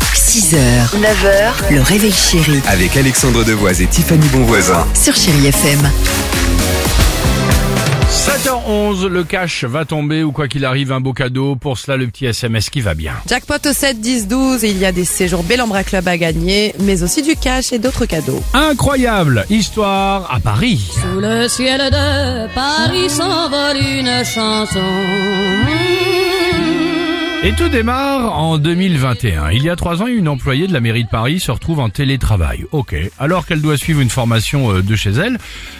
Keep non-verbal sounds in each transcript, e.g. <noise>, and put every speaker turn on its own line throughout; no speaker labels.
6h, 9h, le réveil chéri
Avec Alexandre Devoise et Tiffany Bonvoisin.
sur Chéri FM.
7h11, le cash va tomber ou quoi qu'il arrive, un beau cadeau. Pour cela, le petit SMS qui va bien.
Jackpot au 7, 10, 12. Il y a des séjours Bellambra Club à gagner, mais aussi du cash et d'autres cadeaux.
Incroyable histoire à Paris.
Sous le ciel de Paris s'envole une chanson.
Et tout démarre en 2021. Il y a trois ans, une employée de la mairie de Paris se retrouve en télétravail. Ok. Alors qu'elle doit suivre une formation euh, de chez elle,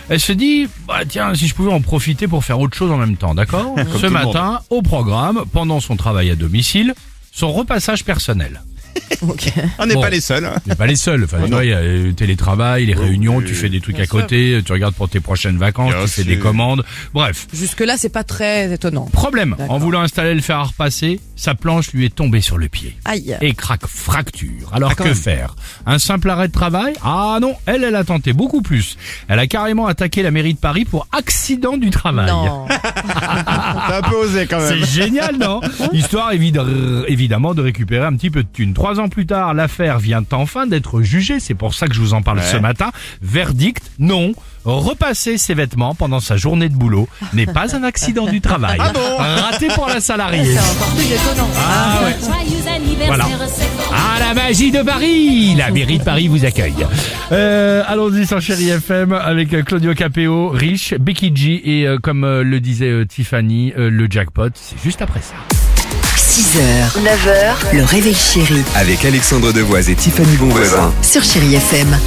elle se dit, bah, tiens, si je pouvais en profiter pour faire autre chose en même temps, d'accord Ce matin, au programme, pendant son travail à domicile, son repassage personnel.
Ok.
On n'est
Bon.
pas les seuls. hein.
T'es pas les seuls. Enfin, tu vois, il y a le télétravail, les réunions, tu fais des trucs à côté, tu regardes pour tes prochaines vacances,
Bien
tu fais
sûr.
des commandes. Bref.
Jusque-là, c'est pas très étonnant.
Problème.
D'accord.
En voulant installer le fer à repasser, sa planche lui est tombée sur le pied.
Aïe.
Et craque, fracture. Alors
Ah,
que
quand même.
faire Un simple arrêt de travail Ah non, elle, elle a tenté beaucoup plus. Elle a carrément attaqué la mairie de Paris pour accident du travail.
Non.
T'as un peu osé quand même.
C'est <laughs> génial,
<laughs>
non Histoire évid- évidemment de récupérer un petit peu de thunes. Trois ans plus tard, l'affaire vient enfin d'être jugée. C'est pour ça que je vous en parle ce matin. Verdict, non. Repasser ses vêtements pendant sa journée de boulot n'est pas un accident du travail.
Ah
Raté pour la salariée.
C'est encore plus étonnant.
Ah ouais.
Joyeux anniversaire,
Voilà.
c'est
Ah, la magie de Paris La mairie de Paris vous accueille. Euh, Allons-y sur Chéri FM avec euh, Claudio Capéo, Rich, Becky G et euh, comme euh, le disait euh, Tiffany, euh, le jackpot, c'est juste après ça.
6h, 9h, le réveil chéri
Avec Alexandre Devoise et Tiffany Bonvoisin.
sur Chéri FM.